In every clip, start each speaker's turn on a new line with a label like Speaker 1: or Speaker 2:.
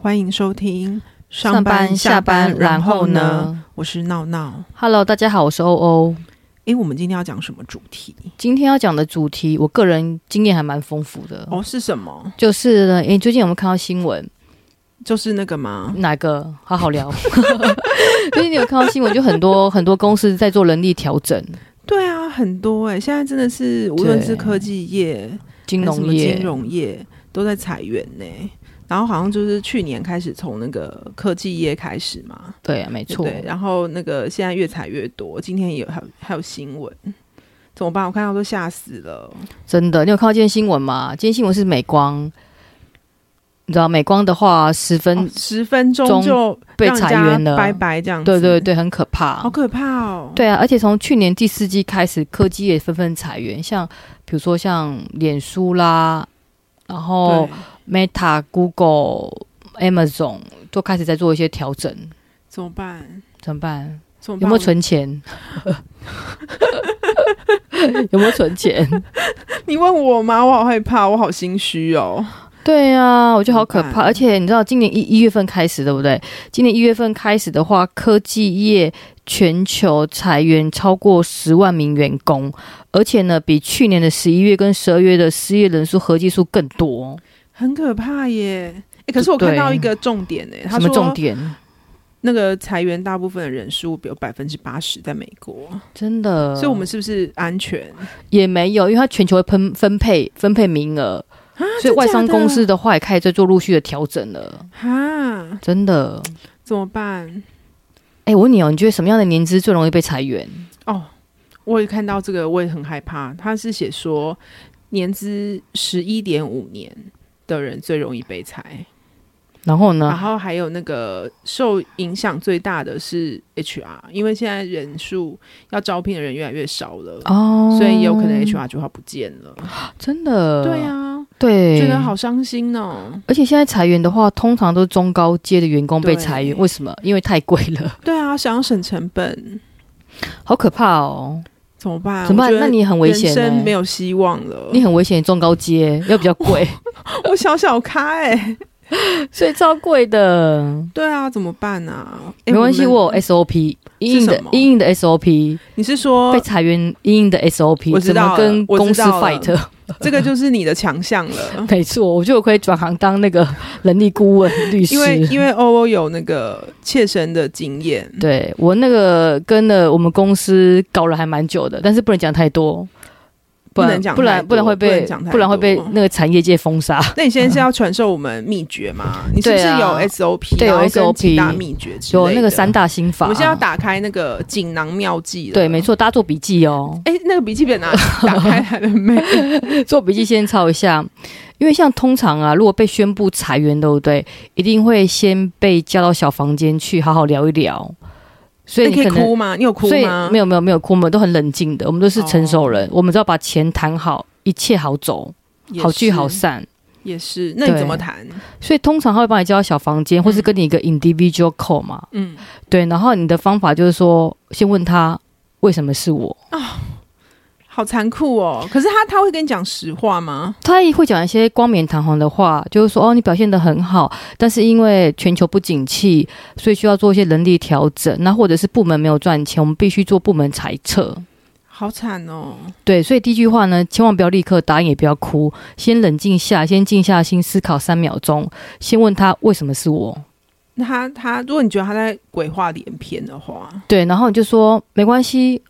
Speaker 1: 欢迎收听
Speaker 2: 上班下班，然后？呢
Speaker 1: 我是闹闹。
Speaker 2: ？Hello，大家好，我是欧欧。
Speaker 1: 诶，我们今天要讲什么主题？
Speaker 2: 今天要讲的主题，我个人经验还蛮丰富的，
Speaker 1: 哦，是什么？
Speaker 2: 就是呢，诶，最近有没有看到新闻？
Speaker 1: 就是那个吗？
Speaker 2: 哪个？好 好聊。 最近你有看到新闻，就很多很多公司在做人力调整，
Speaker 1: 对啊，很多诶，现在真的是无论是科技业、
Speaker 2: 金
Speaker 1: 还是什
Speaker 2: 融
Speaker 1: 么
Speaker 2: 业
Speaker 1: 金融业都在裁员呢、然后好像就是去年开始从那个科技业开始嘛，
Speaker 2: 对，啊没
Speaker 1: 对
Speaker 2: 错
Speaker 1: 不。对。然后那个现在越裁越多，今天也有还有还有新闻，怎么办？我看到都吓死了。
Speaker 2: 真的，你有看到今天新闻吗？今天新闻是美光，你知道美光的话，十
Speaker 1: 哦
Speaker 2: 分、
Speaker 1: 十分钟
Speaker 2: 钟
Speaker 1: 就
Speaker 2: 被
Speaker 1: 让人
Speaker 2: 裁
Speaker 1: 家
Speaker 2: 员了
Speaker 1: 拜拜这样子。
Speaker 2: 对对对，很可怕，
Speaker 1: 好可怕哦！
Speaker 2: 对啊，而且从去年第四季开始，科技也纷纷裁员，像比如说像脸书啦，然
Speaker 1: 对
Speaker 2: 后 Meta、Google、Amazon 都开始在做一些调整，
Speaker 1: 怎么办？
Speaker 2: 怎么办？
Speaker 1: 怎么办
Speaker 2: 有没有？存钱？ 有没有存钱？
Speaker 1: 我你问我吗？我好害怕，我好心虚哦。
Speaker 2: 对啊，我觉得好可
Speaker 1: 怎么
Speaker 2: 怕。
Speaker 1: 办
Speaker 2: 而且你知道，今年一一月份开始，对不对？今年一月份开始的话，科技业全球裁员超过十万名员工，而且呢，比去年的十一月跟十二月的失业人数合计数更多。
Speaker 1: 很可怕耶！哎，可是我看到一个重点呢，他
Speaker 2: 什么重
Speaker 1: 说
Speaker 2: 点？
Speaker 1: 那个裁员大部分的人数有百分之八十在美国，
Speaker 2: 真的，
Speaker 1: 所以我们是不是安全？
Speaker 2: 也没有，因为它全球会分分配分配名额，
Speaker 1: 啊
Speaker 2: 所以外商公司的话也开始在做陆续的调整了。
Speaker 1: 哈，
Speaker 2: 真的，
Speaker 1: 怎么办？
Speaker 2: 哎、我问你哦，你觉得什么样的年资最容易被裁员？
Speaker 1: 哦，我也看到这个，我也很害怕。他是写说年资十一点五年的人最容易被裁，
Speaker 2: 然后呢？
Speaker 1: 然后还有那个受影响最大的是 HR，因为现在人数要招聘的人越来越少了，
Speaker 2: 哦，
Speaker 1: 所以有可能 HR 就要不见了。
Speaker 2: 真的，
Speaker 1: 对啊，
Speaker 2: 呃对，
Speaker 1: 觉得好伤心哦。
Speaker 2: 而且现在裁员的话，通常都是中高阶的员工被
Speaker 1: 对
Speaker 2: 裁员，为什么？因为太贵了，
Speaker 1: 对啊，想要省成本
Speaker 2: 好可怕哦！
Speaker 1: 怎么办？
Speaker 2: 怎么
Speaker 1: 啊
Speaker 2: 办？
Speaker 1: 我觉得
Speaker 2: 那你很危险、
Speaker 1: 人生没
Speaker 2: 欸，
Speaker 1: 有希望了。
Speaker 2: 你很危险，中高阶要比较贵，
Speaker 1: 我小小咖哎、
Speaker 2: 所以超贵的。
Speaker 1: 对啊，怎么办啊？哎
Speaker 2: 没关系，
Speaker 1: 们
Speaker 2: 我有 SOP，硬硬
Speaker 1: 什
Speaker 2: 的
Speaker 1: 么
Speaker 2: 硬硬的 SOP，
Speaker 1: 你是说
Speaker 2: 被裁员硬硬的 SOP，
Speaker 1: 我知
Speaker 2: 怎
Speaker 1: 道了
Speaker 2: 么跟公
Speaker 1: 我
Speaker 2: 司
Speaker 1: 知道了
Speaker 2: fight？？
Speaker 1: 这个就是你的强项了
Speaker 2: 没错，我觉得我可以转行当那个人力顾问律师
Speaker 1: 因。为因为欧欧有那个切身的经验，
Speaker 2: 对我那个跟了我们公司搞了还蛮久的，但是不能讲太多，不
Speaker 1: 不
Speaker 2: 然
Speaker 1: 能讲
Speaker 2: 不
Speaker 1: 太
Speaker 2: 然
Speaker 1: 多
Speaker 2: 不然会
Speaker 1: 不
Speaker 2: 被
Speaker 1: 能讲太多
Speaker 2: 不然会被那个产业界封杀。
Speaker 1: 那你现在是要传授我们秘诀吗？你是不是
Speaker 2: 对啊
Speaker 1: 有 SOP？
Speaker 2: 对有
Speaker 1: 然后跟
Speaker 2: SOP
Speaker 1: 几大秘诀之类
Speaker 2: 有
Speaker 1: 的
Speaker 2: 那个三，大心法，
Speaker 1: 我们现在要打开那个锦囊妙计了。
Speaker 2: 对，没。错，大家做笔记哦，
Speaker 1: 哎，那个笔记本拿打开来了没？
Speaker 2: 做笔记先抄一下。因为像通常啊，如果被宣布裁员，对不对？一定会先被叫到小房间去好好聊一聊，所以
Speaker 1: 你可以
Speaker 2: 能
Speaker 1: 哭吗？你有哭
Speaker 2: 所以
Speaker 1: 吗？
Speaker 2: 没
Speaker 1: 有。
Speaker 2: 有没有没有哭，我们都很冷静的，我们都是成熟人，
Speaker 1: 哦
Speaker 2: 我们只要把钱谈好，一切好走，好聚好散。
Speaker 1: 也是。那你
Speaker 2: 对
Speaker 1: 怎么谈？
Speaker 2: 所以通常他会帮你叫到小房间，或是
Speaker 1: 嗯
Speaker 2: 跟你一个 individual call 嘛，
Speaker 1: 嗯，
Speaker 2: 对。然后你的方法就是说，先问他为什么是我，
Speaker 1: 好残酷哦。可是他他会跟你讲实话吗？
Speaker 2: 他也会讲一些光冕堂皇的话，就是说哦，你表现得很好，但是因为全球不景气，所以需要做一些人力调整，那或者是部门没有赚钱，我们必须做部门裁撤。
Speaker 1: 好惨哦。
Speaker 2: 对，所以第一句话呢，千万不要立刻答应，也不要哭，先冷静下，先静下心思考三秒钟，先问他为什么是我。
Speaker 1: 那他他，如果你觉得他在鬼话连篇的话，
Speaker 2: 对，然后你就说没关系，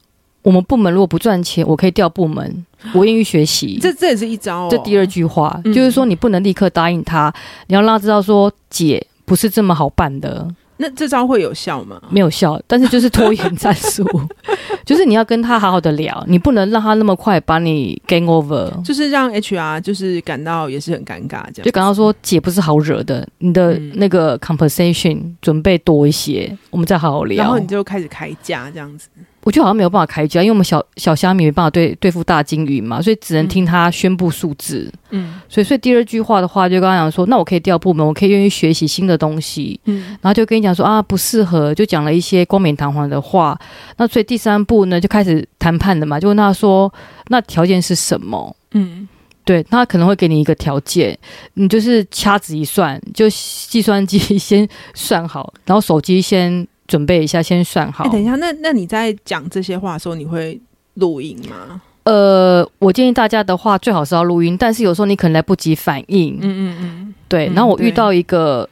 Speaker 2: 我们部门如果不赚钱，我可以调部门，我愿意学习。
Speaker 1: 这这也是一招哦。
Speaker 2: 这第二句话、
Speaker 1: 嗯
Speaker 2: 就是说，你不能立刻答应他，你要让他知道说姐不是这么好办的，
Speaker 1: 那这招会有效吗？
Speaker 2: 没有效，但是就是拖延战术， 就是你要跟他好好的聊，你不能让他那么快把你 game over。
Speaker 1: 就是让 HR 就是感到也是很尴尬这样。
Speaker 2: 就感到说姐不是好惹的，你的
Speaker 1: 嗯
Speaker 2: 那个 compensation 准备多一些，我们再好好
Speaker 1: 然
Speaker 2: 聊
Speaker 1: 后。你就开始开价这样子。
Speaker 2: 我觉得好像没有办法开啊价，因为我们小小虾米没办法对对付大金鱼嘛，所以只能听他宣布数字。
Speaker 1: 嗯
Speaker 2: 所以，所以第二句话的话，就刚刚讲说，那我可以调部门，我可以愿意学习新的东西。
Speaker 1: 嗯，
Speaker 2: 然后就跟你讲说啊，不适合，就讲了一些光冕堂皇的话。那所以第三步呢，就开始谈判了嘛，就问他说，那条件是什么？
Speaker 1: 嗯，
Speaker 2: 对他可能会给你一个条件，你就是掐指一算，就计算机先算好，然后手机先准备一下，先算好
Speaker 1: 哎、。等一下，那那你在讲这些话的时候，你会录音吗？
Speaker 2: 呃，我建议大家的话，最好是要录音，但是有时候你可能来不及反应。
Speaker 1: 嗯嗯
Speaker 2: 对，
Speaker 1: 嗯
Speaker 2: 然后我遇
Speaker 1: 对
Speaker 2: 到一个、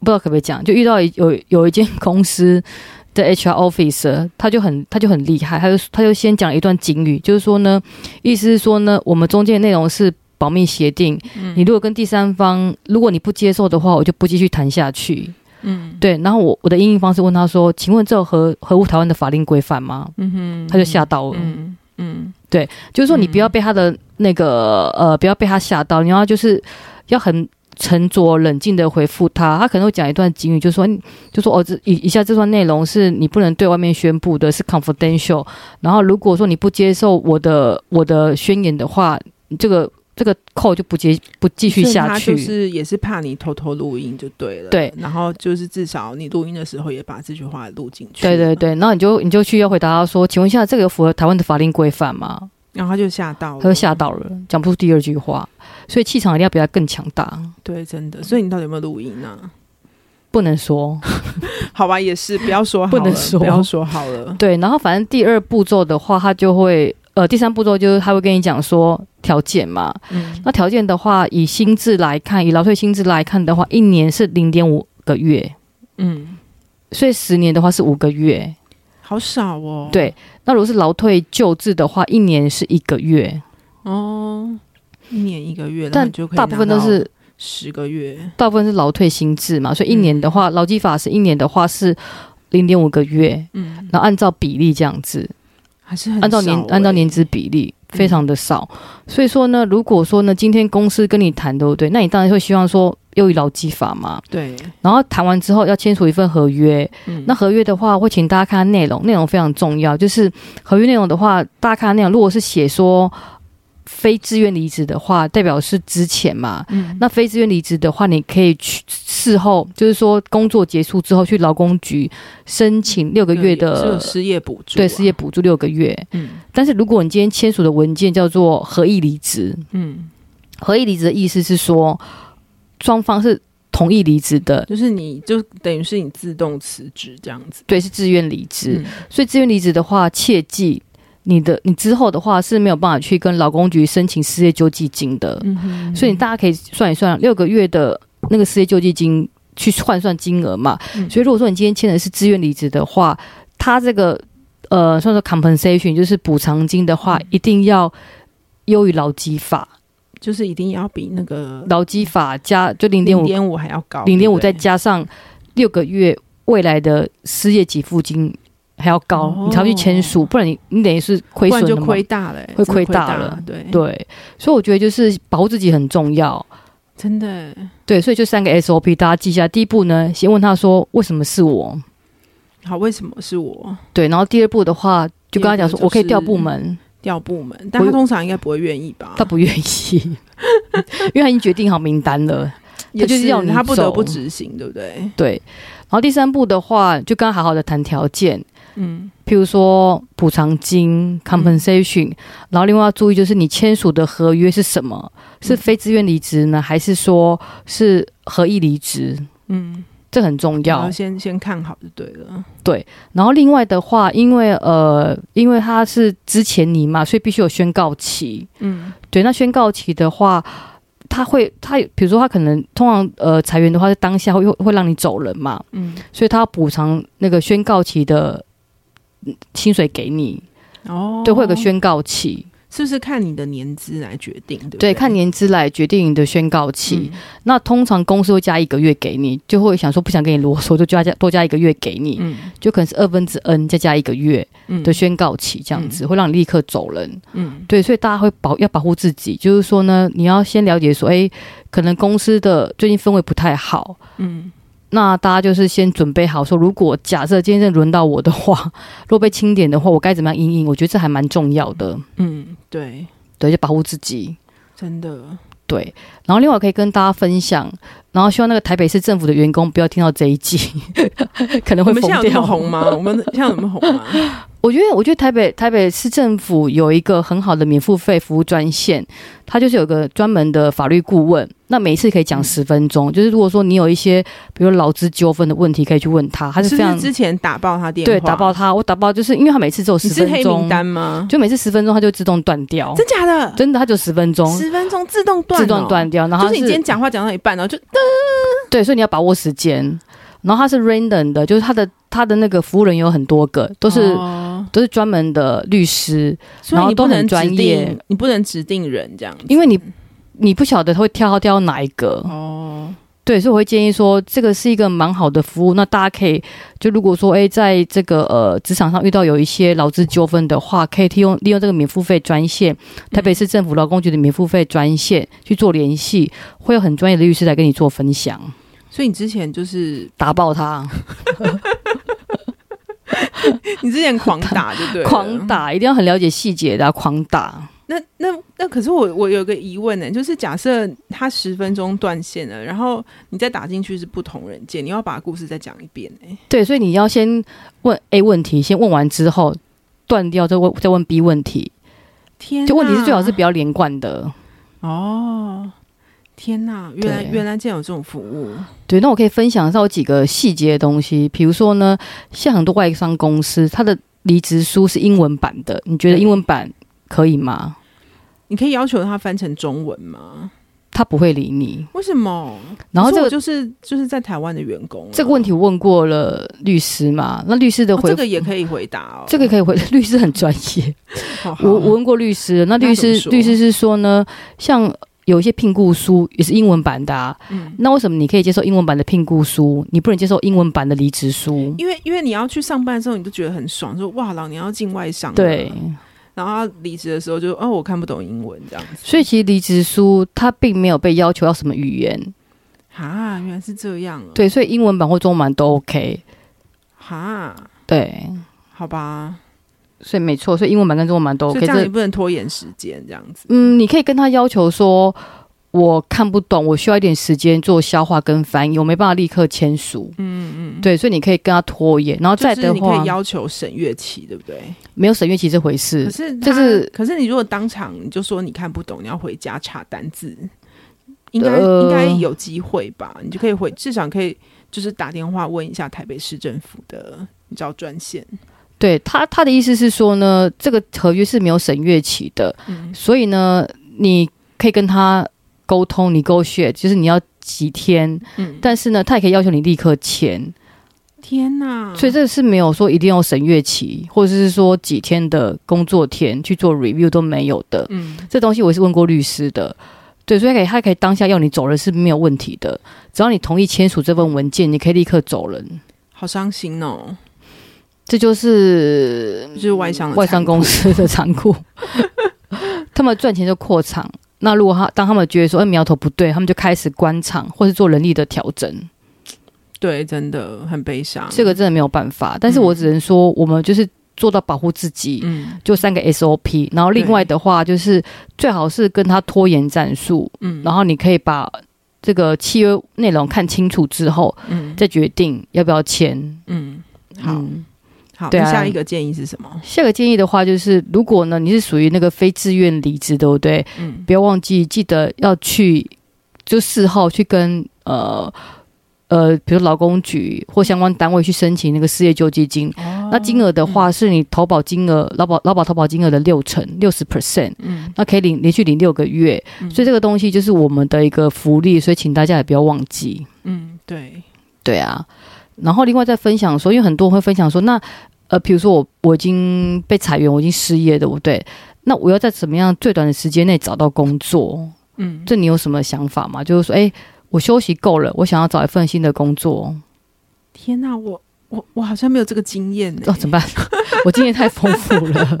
Speaker 2: 不知道可不可以讲，就遇到一有有一间公司的 HR officer，他就很他就很厉害，他就他就先讲了一段警语，就是说呢，意思是说呢，我们中间的内容是保密协定，
Speaker 1: 嗯
Speaker 2: 你如果跟第三方，如果你不接受的话，我就不继续谈下去。
Speaker 1: 嗯，
Speaker 2: 对，然后我我的应应方式问他说，请问这有合合乎台湾的法令规范吗？
Speaker 1: 嗯哼，
Speaker 2: 他就吓到了。
Speaker 1: 嗯嗯
Speaker 2: 就是说你
Speaker 1: 嗯
Speaker 2: 不要被他的那个、呃，不要被他吓到，你要就是要很沉着冷静的回复他。他可能会讲一段警语，就说就说哦，这以以下这段内容是你不能对外面宣布的，是 confidential。然后如果说你不接受我的我的宣言的话，这个这个扣就不接不继续
Speaker 1: 所以
Speaker 2: 下
Speaker 1: 他
Speaker 2: 去。
Speaker 1: 就是也是怕你偷偷录音就对了。
Speaker 2: 对，
Speaker 1: 然后就是至少你录音的时候也把这句话录进去。
Speaker 2: 对对，对，然后你就你就去要回答他说，请问一下，这个有符合台湾的法令规范吗？
Speaker 1: 然后他就吓到了，
Speaker 2: 他就吓。到了，讲不出第二句话，所以气场一定要比他更强大，
Speaker 1: 对，真的。所以你到底有没有录音啊呢、
Speaker 2: 不能说。
Speaker 1: 好吧，也是，不要说好了，
Speaker 2: 不能说
Speaker 1: 不要说好了。
Speaker 2: 对，然后反正第二步骤的话，他就会呃，第三步骤就是他会跟你讲说条件嘛。
Speaker 1: 嗯
Speaker 2: 那条件的话，以薪资来看，以劳退薪资来看的话，一年是零点五个月，
Speaker 1: 嗯，
Speaker 2: 所以十年的话是五个月。
Speaker 1: 好少哦。
Speaker 2: 对，那如果是劳退救治的话，一年是一个月，
Speaker 1: 哦，一年一个月，然后
Speaker 2: 但
Speaker 1: 你就可以
Speaker 2: 大部分都是
Speaker 1: 十个月。
Speaker 2: 大部分是劳退薪资嘛，所以一
Speaker 1: 嗯
Speaker 2: 年的话，劳基法是一年的话是零点五个月，
Speaker 1: 嗯，
Speaker 2: 然后按照比例这样子。
Speaker 1: 还是很
Speaker 2: 按照
Speaker 1: 少
Speaker 2: 年
Speaker 1: 欸
Speaker 2: 按照年资比例非常的少，所以说呢，如果说呢，今天公司跟你谈，对不对？那你当然会希望说优于劳基法嘛。
Speaker 1: 对，
Speaker 2: 然后谈完之后要签署一份合约，
Speaker 1: 嗯
Speaker 2: 那合约的话会请大家看看内容，内容非常重要。就是合约内容的话，大家看看内容，如果是写说非自愿离职的话，代表是之前嘛。
Speaker 1: 嗯
Speaker 2: 那非自愿离职的话，你可以去事后，就是说工作结束之后去劳工局申请六个月
Speaker 1: 这
Speaker 2: 的
Speaker 1: 个失业补助啊，
Speaker 2: 对失业补助六个月。
Speaker 1: 嗯
Speaker 2: 但是如果你今天签署的文件叫做合意离职，
Speaker 1: 嗯，
Speaker 2: 合意离职的意思是说双方是同意离职的，
Speaker 1: 就是你就等于是你自动辞职这样子。
Speaker 2: 对，是自愿离职。
Speaker 1: 嗯
Speaker 2: 所以自愿离职的话，切记你的你之后的话是没有办法去跟劳工局申请失业救济金的。
Speaker 1: 嗯哼
Speaker 2: 所以你大家可以算一算，六个月的那个失业救济金去换算金额嘛。
Speaker 1: 嗯
Speaker 2: 所以如果说你今天签的是自愿离职的话，它这个呃算说 compensation 就是补偿金的
Speaker 1: 嗯
Speaker 2: 话，一定要优于劳基法。
Speaker 1: 就是一定要比那个
Speaker 2: 劳基法加就零点
Speaker 1: 零
Speaker 2: 五，
Speaker 1: 点五还要高，
Speaker 2: 零点五
Speaker 1: 对
Speaker 2: 再
Speaker 1: 不对
Speaker 2: 加上六个月未来的失业给付金还要高，
Speaker 1: 哦
Speaker 2: 你才会去签署，不然你你等于是亏
Speaker 1: 不
Speaker 2: 损
Speaker 1: 然就
Speaker 2: 了嘛。
Speaker 1: 亏大了欸，
Speaker 2: 会
Speaker 1: 真的
Speaker 2: 亏
Speaker 1: 亏
Speaker 2: 大了
Speaker 1: 了。对，
Speaker 2: 对，所以我觉得就是保护自己很重要。
Speaker 1: 真的欸
Speaker 2: 对，所以就三个 SOP 大家记一下。第一步呢，先问他说为什么是我？
Speaker 1: 好，为什么是我
Speaker 2: 对，然后第二步的话，就跟他讲说
Speaker 1: 第二步就是
Speaker 2: 我可以调部门，
Speaker 1: 调部门？但他通常应该不会愿意吧？
Speaker 2: 他不愿意， 因为他已经决定好名单了。
Speaker 1: 也
Speaker 2: 就是要你
Speaker 1: 他不得
Speaker 2: 走
Speaker 1: 不执行，对不对？
Speaker 2: 对，然后第三步的话，就跟他好好的谈条件。
Speaker 1: 嗯
Speaker 2: 譬如说补偿金 compensation，、然后另外要注意就是你签署的合约是什么？是非自愿离职呢，还是说是合意离职？
Speaker 1: 嗯，
Speaker 2: 这很重
Speaker 1: 然
Speaker 2: 要
Speaker 1: 后。先先看好就对了。
Speaker 2: 然后另外的话，因为呃，因为它是之前你嘛，所以必须有宣告期。
Speaker 1: 嗯
Speaker 2: 对，那宣告期的话，他会他比如说他可能通常呃裁员的话是当下会会会让你走人嘛，
Speaker 1: 嗯，
Speaker 2: 所以他要补偿那个宣告期的嗯薪水给你，
Speaker 1: 哦，
Speaker 2: 对，会有个，宣告期。
Speaker 1: 是不是看你的年资来决定？对不
Speaker 2: 对，
Speaker 1: 对，
Speaker 2: 看年资来决定你的宣告期。
Speaker 1: 嗯
Speaker 2: 那通常公司会加一个月给你，就会想说不想跟你啰嗦，就加加多加一个月给你，
Speaker 1: 嗯
Speaker 2: 就可能是二分之 n 再加一个月
Speaker 1: 嗯
Speaker 2: 的宣告期，这样子、会让你立刻走人。
Speaker 1: 嗯
Speaker 2: 对，所以大家会保要保护自己，就是说呢，你要先了解说，诶，可能公司的最近氛围不太好。
Speaker 1: 嗯
Speaker 2: 那大家就是先准备好，说如果假设今天真的轮到我的话，如果被清点的话，我该怎么样应应？我觉得这还蛮重要的，
Speaker 1: 嗯，对，
Speaker 2: 对，就保护自己。
Speaker 1: 真的，
Speaker 2: 对，然后另外可以跟大家分享，然后希望那个台北市政府的员工不要听到这一集，可能
Speaker 1: 我
Speaker 2: 会
Speaker 1: 们现在有那么
Speaker 2: 疯掉。
Speaker 1: 红吗？我们现在有那么红吗？
Speaker 2: 我觉得，我觉得台北台北市政府有一个很好的免付费服务专线，它就是有个专门的法律顾问，那每一次可以
Speaker 1: 嗯
Speaker 2: 讲十分钟。就是如果说你有一些，比如劳资纠纷的问题，可以去问他，他
Speaker 1: 是
Speaker 2: 是
Speaker 1: 不
Speaker 2: 非常
Speaker 1: 是之前打爆他电话？
Speaker 2: 对打爆他，我打爆就是因为他每次只有十
Speaker 1: 你是
Speaker 2: 分
Speaker 1: 黑
Speaker 2: 钟
Speaker 1: 名，单吗？
Speaker 2: 就每次十分钟他就自动断掉，
Speaker 1: 真假的？
Speaker 2: 真的他就十分钟
Speaker 1: 十分钟自动断、哦
Speaker 2: 自动断。掉，然后
Speaker 1: 就
Speaker 2: 它
Speaker 1: 是你今天讲话讲到一半，然后就
Speaker 2: 对，所以你要把握时间。然后它是 random 的，就是它的它的那个服务人员有很多个，都是、
Speaker 1: 哦
Speaker 2: 都是专门的律师，
Speaker 1: 所以
Speaker 2: 然后
Speaker 1: 你
Speaker 2: 都
Speaker 1: 不
Speaker 2: 很
Speaker 1: 能
Speaker 2: 专
Speaker 1: 指
Speaker 2: 业
Speaker 1: 定，你不能指定人这样子。
Speaker 2: 因为你你不晓得他会跳到跳到哪一个。
Speaker 1: 哦，
Speaker 2: 对，所以我会建议说，这个是一个蛮好的服务。那大家可以就如果说，哎，在这个呃职场上遇到有一些劳资纠纷的话，可以利用利用这个免付费专线，台北市政府劳工局的免付费专线去做联系，会有很专业的律师来跟你做分享，
Speaker 1: 所以你之前就是
Speaker 2: 打爆他。
Speaker 1: 你之前狂打就对了，
Speaker 2: 狂。打，一定要很了解细节的、啊，狂打。
Speaker 1: 那那那可是我我有个疑问呢、欸就是假设他十分钟断线了，然后你再打进去是不同人键，你要把故事再讲一遍哎、
Speaker 2: 对，所以你要先问 A 问题，先问完之后断掉，再问再问 B 问题。
Speaker 1: 天哪，
Speaker 2: 就问题是最好是比较连贯的。
Speaker 1: 哦，天哪，原来
Speaker 2: 对
Speaker 1: 原来竟然有这种服务，
Speaker 2: 对，那我可以分享一下我几个细节的东西，比如说呢，像很多外商公司，它的离职书是英文版的，你觉得
Speaker 1: 对
Speaker 2: 英文版可以吗？
Speaker 1: 你可以要求他翻成中文吗？
Speaker 2: 他不会理你。
Speaker 1: 为什么？
Speaker 2: 然后
Speaker 1: 可
Speaker 2: 这
Speaker 1: 是
Speaker 2: 个
Speaker 1: 我就是就是在台湾的员工啊、
Speaker 2: 这个问题我问过了律师嘛，那律师的
Speaker 1: 哦、这
Speaker 2: 回复、
Speaker 1: 个也可以回答哦。
Speaker 2: 这个可以回，律师很专业。
Speaker 1: 好好
Speaker 2: 我我问过律师，那律
Speaker 1: 那
Speaker 2: 师
Speaker 1: 怎么说
Speaker 2: 律师是说呢，像有一些聘雇书也是英文版的、啊，
Speaker 1: 嗯，
Speaker 2: 那为什么你可以接受英文版的聘雇书，你不能接受英文版的离职书？
Speaker 1: 因为因为你要去上班的时候，你就觉得很爽，说哇老娘要进外商了
Speaker 2: 对，
Speaker 1: 然后他离职的时候就哦，我看不懂英文这样子。
Speaker 2: 所以其实离职书它并没有被要求要什么语
Speaker 1: 嗯
Speaker 2: 言，
Speaker 1: 哈，原来是这样哦。
Speaker 2: 对，所以英文版或中文版都 OK，
Speaker 1: 哈，
Speaker 2: 对，
Speaker 1: 好吧，
Speaker 2: 所以没错，所以英文版跟中文版都
Speaker 1: 所以
Speaker 2: OK，
Speaker 1: 这样你
Speaker 2: 这
Speaker 1: 不能拖延时间这样子。
Speaker 2: 嗯，你可以跟他要求说。我看不懂，我需要一点时间做消化跟翻译，我没办法立刻签署。嗯嗯，对，所以你可以跟他拖延，然后再
Speaker 1: 就是
Speaker 2: 的
Speaker 1: 你
Speaker 2: 话，
Speaker 1: 可以要求审阅期，对不对？
Speaker 2: 没有审阅期这回事
Speaker 1: 可，是
Speaker 2: 就
Speaker 1: 他
Speaker 2: 是
Speaker 1: 可是你如果当场你就说你看不懂，你要回家查单字，应该、
Speaker 2: 呃
Speaker 1: 应该有机会吧？你就可以回，至少可以就是打电话问一下台北市政府的你知道专线。
Speaker 2: 对他他的意思是说呢，这个合约是没有审阅期的，
Speaker 1: 嗯
Speaker 2: 所以呢，你可以跟他沟通，你 go share，就是你要几天，
Speaker 1: 嗯，
Speaker 2: 但是呢，他也可以要求你立刻签，
Speaker 1: 天哪！
Speaker 2: 所以这个是没有说一定要审阅期，或者是说几天的工作天去做 review 都没有的。
Speaker 1: 嗯，
Speaker 2: 这东西我也是问过律师的，对，所以可以他可以当下要你走人是没有问题的，只要你同意签署这份文件，你可以立刻走人。
Speaker 1: 好伤心哦，
Speaker 2: 这就是
Speaker 1: 就是外商的
Speaker 2: 嗯外商
Speaker 1: 残酷
Speaker 2: 公司的 仓库，他们赚钱就扩厂。那如果他当他们觉得说，哎、苗头不对，他们就开始关厂或是做人力的调整，
Speaker 1: 嗯对，真的很悲伤。
Speaker 2: 这个真的没有办法。但是我只能说，我们就是做到保护自己，
Speaker 1: 嗯
Speaker 2: 就三个 SOP。然后另外的话，就是最好是跟他拖延战术，
Speaker 1: 嗯，
Speaker 2: 然后你可以把这个契约内容看清楚之后，
Speaker 1: 嗯
Speaker 2: 再决定要不要签。
Speaker 1: 嗯，好
Speaker 2: 嗯
Speaker 1: 好，
Speaker 2: 对啊
Speaker 1: 那下一个建议是什么？
Speaker 2: 下个建议的话就是，如果呢你是属于那个非自愿离职，对不对？
Speaker 1: 嗯，
Speaker 2: 不要忘记，记得要去就事后去跟呃呃，比如劳工局或相关单位去申请那个失业救济金。那金额的话，是你投保金额、劳保劳保投保金额的六成，六十 percent。
Speaker 1: 嗯，
Speaker 2: 那可以领连续领六个月，
Speaker 1: 嗯
Speaker 2: 所以这个东西就是我们的一个福利，所以请大家也不要忘记。
Speaker 1: 嗯，对，
Speaker 2: 对啊，然后另外再分享说，因为很多人会分享说，那呃，比如说我我已经被裁员，我已经失业，对不对？那我要在怎么样最短的时间内找到工作？
Speaker 1: 嗯，
Speaker 2: 这你有什么想法吗？就是说，哎、我休息够了，我想要找一份新的工作，
Speaker 1: 天哪，我我我好像没有这个经验呢
Speaker 2: 哦，。怎么办？ 我经验太丰富了。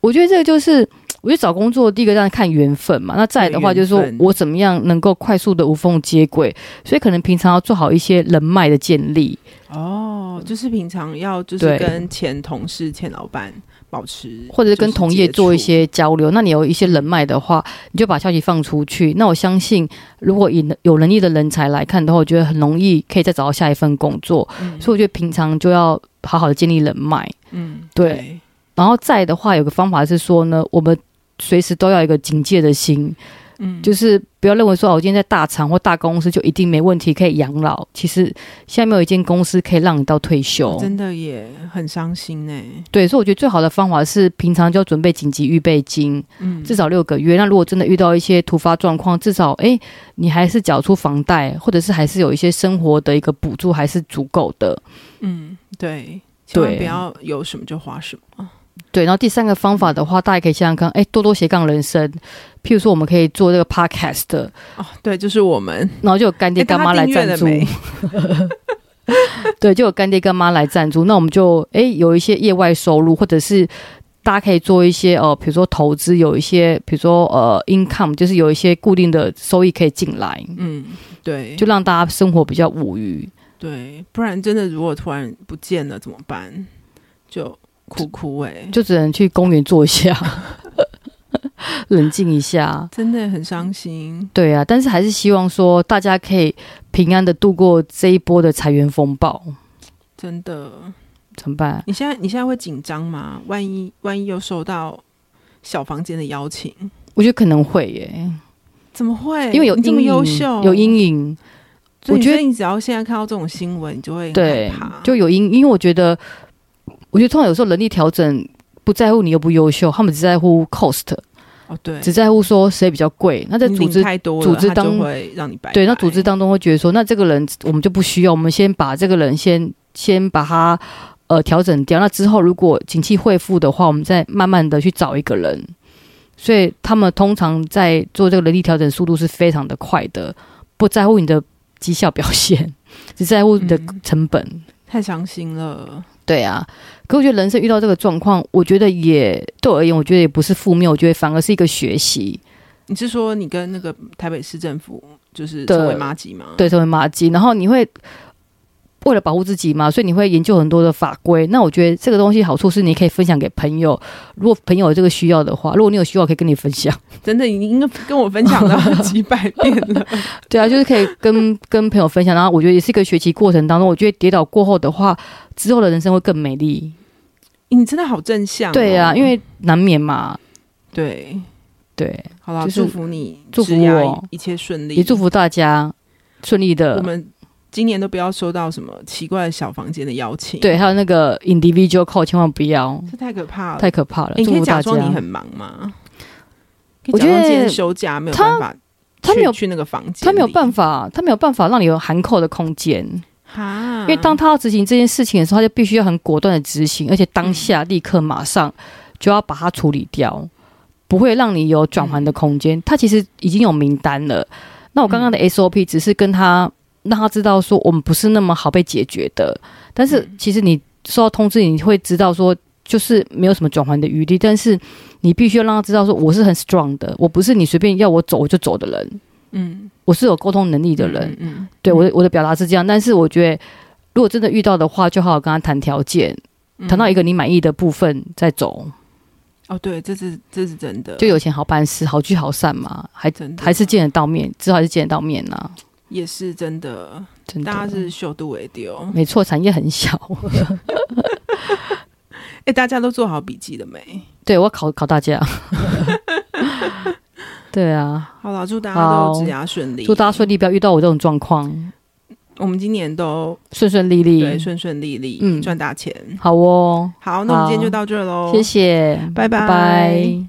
Speaker 2: 我觉得这个就是，我觉得找工作第一个当然看缘分嘛，那再来的话就是说
Speaker 1: 对缘分
Speaker 2: 我怎么样能够快速的无缝接轨，所以可能平常要做好一些人脉的建立。
Speaker 1: 哦，就是平常要就是
Speaker 2: 对
Speaker 1: 跟前同事、前老板。保持，
Speaker 2: 或者是跟同业做一
Speaker 1: 就是接
Speaker 2: 些交流。那你有一些人脉的话，你就把消息放出去。那我相信，如果以能有能力的人才来看的话，我觉得很容易可以再找到下一份工作。
Speaker 1: 嗯
Speaker 2: 所以我觉得平常就要好好的建立人脉。
Speaker 1: 触，嗯，
Speaker 2: 对，然后再的话，有个方法是说呢，我们随时都要有一个警戒的心，
Speaker 1: 嗯，
Speaker 2: 就是不要认为说，哦我今天在大厂或大公司就一定没问题可以养老。其实现在没有一间公司可以让你到退休。
Speaker 1: 哦真的也很伤心呢、
Speaker 2: 对，所以我觉得最好的方法是平常就要准备紧急预备金，
Speaker 1: 嗯，
Speaker 2: 至少六个月。那如果真的遇到一些突发状况，至少诶，你还是缴出房贷，或者是还是有一些生活的一个补助，还是足够的。
Speaker 1: 嗯，对，千万
Speaker 2: 对
Speaker 1: 不要有什么就花什么。
Speaker 2: 对，然后第三个方法的话，大家可以想想看，诶，多多斜杠人生，譬如说我们可以做这个 podcast，
Speaker 1: 哦，对，就是我们
Speaker 2: 然后就有干爹
Speaker 1: 诶大
Speaker 2: 干
Speaker 1: 家
Speaker 2: 妈来
Speaker 1: 订阅
Speaker 2: 赞
Speaker 1: 了
Speaker 2: 助，
Speaker 1: 没
Speaker 2: 对，就有干爹干妈来赞助，那我们就诶有一些业外收入，或者是大家可以做一些呃，比如说投资，有一些比如说呃 income，就是有一些固定的收益可以进来，
Speaker 1: 嗯，对，
Speaker 2: 就让大家生活比较无余。
Speaker 1: 对，不然真的如果突然不见了怎么办？就哭哭哎、
Speaker 2: 就只能去公园坐一下， 冷静一下。
Speaker 1: 真的很伤心。
Speaker 2: 对啊，但是还是希望说大家可以平安的度过这一波的裁员风暴，
Speaker 1: 真的，
Speaker 2: 怎么办？
Speaker 1: 你现在你现在会紧张吗？万一万一又收到小房间的邀请，
Speaker 2: 我觉得可能会耶、
Speaker 1: 怎么会？
Speaker 2: 因为有
Speaker 1: 你这么
Speaker 2: 阴
Speaker 1: 优
Speaker 2: 影
Speaker 1: 秀，，
Speaker 2: 有阴影，
Speaker 1: 所以
Speaker 2: 我
Speaker 1: 你
Speaker 2: 觉得
Speaker 1: 所以你只要现在看到这种新闻，你就会很
Speaker 2: 对
Speaker 1: 害怕，
Speaker 2: 就有阴，因为我觉得，我觉得通常有时候人力调整不在乎你优不优秀，他们只在乎 cost，
Speaker 1: 哦对，
Speaker 2: 只在乎说谁比较贵。那在
Speaker 1: 你
Speaker 2: 组
Speaker 1: 领
Speaker 2: 织
Speaker 1: 太多了，
Speaker 2: 组织
Speaker 1: 它
Speaker 2: 当
Speaker 1: 就会让你白
Speaker 2: 对，那
Speaker 1: 白
Speaker 2: 组织当中会觉得说，那这个人我们就不需要，我们先把这个人先先把他呃调整掉。那之后如果景气恢复的话，我们再慢慢的去找一个人。所以他们通常在做这个人力调整速度是非常的快的，不在乎你的绩效表现， 只在乎你的
Speaker 1: 嗯
Speaker 2: 成本。
Speaker 1: 太伤心了，
Speaker 2: 对啊，可我觉得人生遇到这个状况，我觉得也对我而言，我觉得也不是负面，我觉得反而是一个学习。
Speaker 1: 你是说你跟那个台北市政府就是
Speaker 2: 的
Speaker 1: 成为妈吉吗？，
Speaker 2: 对，成为麻鸡，然后你会为了保护自己嘛，所以你会研究很多的法规。那我觉得这个东西好处是，你可以分享给朋友，如果朋友有这个需要的话，如果你有需要，可以跟你分享。
Speaker 1: 真的，你应该跟我分享了几百遍了。
Speaker 2: 对啊，就是可以跟 跟朋友分享。然后我觉得也是一个学习过程当中，我觉得跌倒过后的话，之后的人生会更美丽。
Speaker 1: 你真的好正向哦、
Speaker 2: 对啊，因为难免嘛。
Speaker 1: 对，
Speaker 2: 对，
Speaker 1: 好啦，
Speaker 2: 就是
Speaker 1: 祝福你，
Speaker 2: 祝福
Speaker 1: 职涯
Speaker 2: 我
Speaker 1: 一切顺利，
Speaker 2: 也祝福大家顺利的
Speaker 1: 我。们今年都不要收到什么奇怪的小房间的邀请，，
Speaker 2: 对，还有那个 individual call，千万不要，
Speaker 1: 这太可怕了。
Speaker 2: 太可怕了。
Speaker 1: 诶你
Speaker 2: 祝
Speaker 1: 可以
Speaker 2: 福
Speaker 1: 假
Speaker 2: 大家
Speaker 1: 装。你很忙吗？可以
Speaker 2: 我
Speaker 1: 假
Speaker 2: 觉
Speaker 1: 装今
Speaker 2: 得
Speaker 1: 天休假没有
Speaker 2: 他
Speaker 1: 办法去，
Speaker 2: 他没有
Speaker 1: 去那个房间里，
Speaker 2: 他没有办
Speaker 1: 法
Speaker 2: 法，他没有办法让你有含扣的空间，
Speaker 1: 哈，
Speaker 2: 因为当他要执行这件事情的时候，他就必须要很果断的执行，而且当下立刻马上就要把它处理掉，不会让你有转换的空间。他其实已经有名单了，那我刚刚的 SOP 只是跟他让他知道说我们不是那么好被解决的，但是其实你收到通知，你会知道说。就是没有什么转换的余地，但是你必须要让他知道说我是很 strong 的，我不是你随便要我走我就走的人，
Speaker 1: 嗯
Speaker 2: 我是有沟通能力的人。，
Speaker 1: 嗯嗯，
Speaker 2: 对我的我的表达是这样，但是我觉得如果真的遇到的话，就好好跟他谈条件，
Speaker 1: 嗯
Speaker 2: 谈到一个你满意的部分再走，
Speaker 1: 哦，对，这是这是真的，
Speaker 2: 就有钱好办事，好聚好散嘛，还
Speaker 1: 真的
Speaker 2: 还是见得到面，至少还是见得到面呐、
Speaker 1: 也是真的，
Speaker 2: 真的。
Speaker 1: 大家是秀度为丢。
Speaker 2: 没错，产业很小，
Speaker 1: 哎，大家都做好笔记了没？
Speaker 2: 对我考考 大家。对啊，
Speaker 1: 好了，祝大家都
Speaker 2: 好
Speaker 1: 职涯顺利，
Speaker 2: 祝大家顺利，不要遇到我这种状况，
Speaker 1: 我们今年都
Speaker 2: 顺顺利
Speaker 1: 对
Speaker 2: 利。
Speaker 1: 顺顺利利，
Speaker 2: 嗯
Speaker 1: 赚大钱。
Speaker 2: 好哦，
Speaker 1: 好，那我们今天
Speaker 2: 好
Speaker 1: 就到这喽，
Speaker 2: 谢，谢，
Speaker 1: 拜
Speaker 2: 拜拜